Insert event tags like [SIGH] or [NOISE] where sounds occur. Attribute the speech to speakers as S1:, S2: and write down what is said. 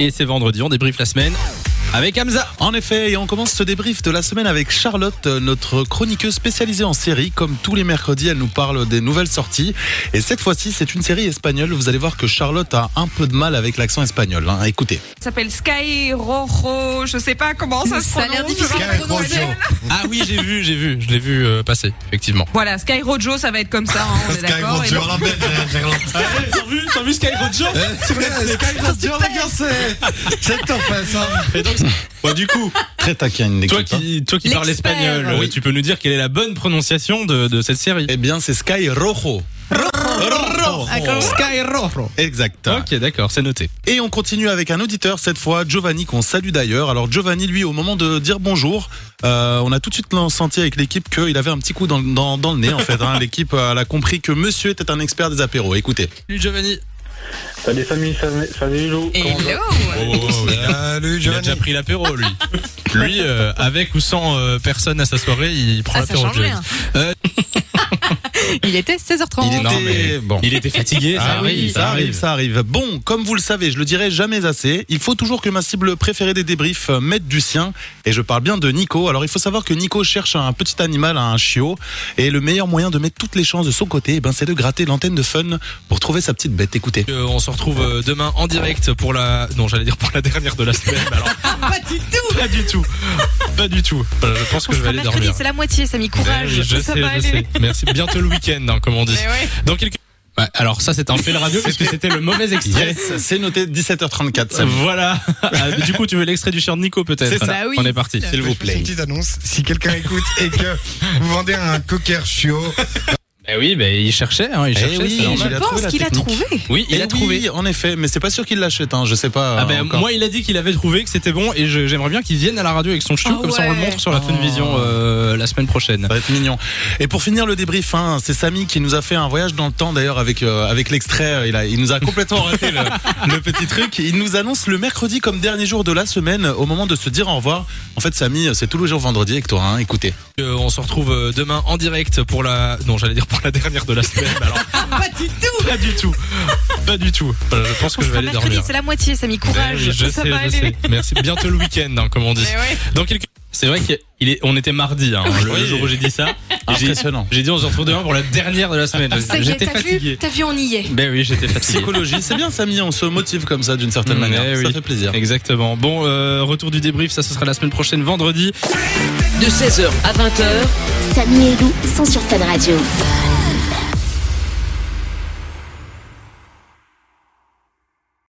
S1: Et c'est vendredi, on débriefe la semaine avec Hamza.
S2: En effet, et on commence ce débrief de la semaine avec Charlotte, euh, notre chroniqueuse spécialisée en séries. Comme tous les mercredis, elle nous parle des nouvelles sorties. Et cette fois-ci, c'est une série espagnole. Vous allez voir que Charlotte a un peu de mal avec l'accent espagnol. hein. Écoutez.
S3: Ça s'appelle Sky Rojo, je sais pas comment ça se
S4: Ça a
S3: prononce.
S4: l'air difficile à prononcer.
S1: Ah oui, j'ai vu, j'ai vu, je l'ai vu euh, passer, effectivement.
S3: Voilà, Sky Rojo, ça va être comme ça, hein,
S4: [LAUGHS]
S3: on est d'accord. Et donc,
S1: T'as vu, vu Sky Et donc, bah, du coup,
S2: Très taquin, une
S1: toi
S2: écoute, hein.
S1: qui, toi qui parles
S4: L'expert.
S1: espagnol, euh,
S2: Ah Oui.
S1: tu peux nous dire quelle est la bonne prononciation de, de cette série
S2: Eh bien, c'est Sky Rojo. Rojo.
S1: Ah, Sky Rojo.
S2: Exact.
S1: Ok, d'accord, c'est noté.
S2: Et on continue avec un auditeur, cette fois Giovanni, qu'on salue d'ailleurs. Alors Giovanni, lui, au moment de dire bonjour, euh, on a tout de suite senti avec l'équipe qu'il avait un petit coup dans, dans- dans le nez, en
S1: [LAUGHS]
S2: fait. hein. L'équipe, euh, elle a compris que monsieur était un expert des apéros. Écoutez.
S1: Salut Giovanni.
S5: Salut Samy, salut, salut Lou. Comment ça va
S3: Hello
S2: Oh,
S1: Salut Il a déjà pris l'apéro, lui. lui, euh, avec ou sans euh, personne à sa soirée, il prend
S4: Ah, ça
S1: l'apéro.
S4: change rien.
S1: Euh,
S4: Il était 16h30.
S2: Il est-
S1: Non, mais
S2: bon. Ah
S1: Il était fatigué, ça arrive,
S2: ça arrive, ça arrive. Bon, comme vous le savez, je le dirai jamais assez, il faut toujours que ma cible préférée des débriefs euh, mette du sien. Et je parle bien de Nico. Alors il faut savoir que Nico cherche un petit animal, un chiot. Et le meilleur moyen de mettre toutes les chances de son côté, eh ben, c'est de gratter l'antenne de fun pour trouver sa petite bête. Écoutez.
S1: Euh, on se retrouve euh, demain en direct pour la. Non, j'allais dire pour la dernière de la semaine. mais Alors,
S4: [LAUGHS] Pas du tout.
S1: pas du tout. Pas du tout. Voilà, je pense
S4: On
S1: que je vais
S4: sera
S1: aller
S4: mercredi,
S1: dormir.
S4: c'est la moitié, Sami. Courage.
S1: Mais je
S4: ça
S1: sais,
S4: va
S1: je
S4: aller.
S1: sais. Merci. Bientôt le week-end, hein, comme on
S4: [LAUGHS]
S1: dit.
S4: Mais ouais.
S1: Dans quelques. Ouais, alors, ça, c'est un fait de radio parce que c'était le mauvais extrait.
S2: Yes, c'est noté 17h34. ça
S4: [LAUGHS]
S1: Voilà. Ah, mais du coup, tu veux l'extrait du cher de Nico, peut-être
S2: C'est ça.
S4: Bah oui.
S1: On est parti.
S2: S'il vous
S6: Je fais
S2: plaît.
S6: une petite annonce. Si quelqu'un écoute et que vous vendez un cocker chiot,
S1: Bah oui, bah, il cherchait. Hein, il
S2: Eh
S1: cherchait.
S2: oui,
S1: c'est normal.
S2: il
S4: Je
S2: a trouvé
S4: pense
S2: la
S4: qu'il a
S2: technique.
S4: trouvé.
S1: oui, il
S2: Eh
S1: a trouvé.
S2: Oui, en effet, mais c'est pas sûr qu'il l'achète. Hein, je sais pas.
S1: Ah
S2: euh,
S1: ben,
S2: encore.
S1: moi, il a dit qu'il avait trouvé, que c'était bon, et je- j'aimerais bien qu'il vienne à la radio avec son chiot,
S4: Ah
S1: comme ça on le
S4: ouais.
S1: montre sur la
S2: Oh.
S1: Funvision euh, la semaine prochaine.
S2: Ça va être mignon. Et pour finir le débrief, hein, c'est Samy qui nous a fait un voyage dans le temps d'ailleurs avec, euh, avec l'extrait. Il, a- il nous a complètement
S1: [LAUGHS]
S2: raté le, le petit truc. Il nous annonce le mercredi comme dernier jour de la semaine au moment de se dire au revoir. En fait, Samy, c'est tous les jours vendredi avec toi. Hein, écoutez.
S1: Euh, on se retrouve euh, demain en direct pour la. Non, j'allais dire pour la dernière de la semaine. mais Alors,
S4: [LAUGHS] Pas du tout.
S1: pas du tout. Pas du tout. Voilà, je pense
S4: On
S1: que je vais
S4: sera
S1: aller
S4: mercredi,
S1: dormir.
S4: c'est la moitié, Sami. Courage.
S1: Eh oui, je
S4: ça
S1: sais,
S4: va
S1: je
S4: aller.
S1: sais. Merci. Bientôt le week-end, hein, comme on dit.
S4: Mais ouais.
S1: Dans quelques- C'est vrai qu'il est. On était mardi, hein, le, le jour où j'ai dit ça. Et j'ai-
S2: Impressionnant.
S1: J'ai dit on se retrouve demain pour la dernière de la semaine.
S4: Ça y est,
S1: J'étais
S4: Ah, t'as vu,
S1: fatigué.
S4: t'as vu, on y est.
S1: Ben oui, j'étais fatigué.
S2: Psychologie, c'est bien Samy, on se motive comme ça d'une certaine
S1: Mmh,
S2: manière.
S1: eh oui.
S2: Ça fait plaisir.
S1: Exactement. Bon, euh, retour du débrief, ça ce sera la semaine prochaine, vendredi.
S7: Samy et Lou sont sur Fun Radio.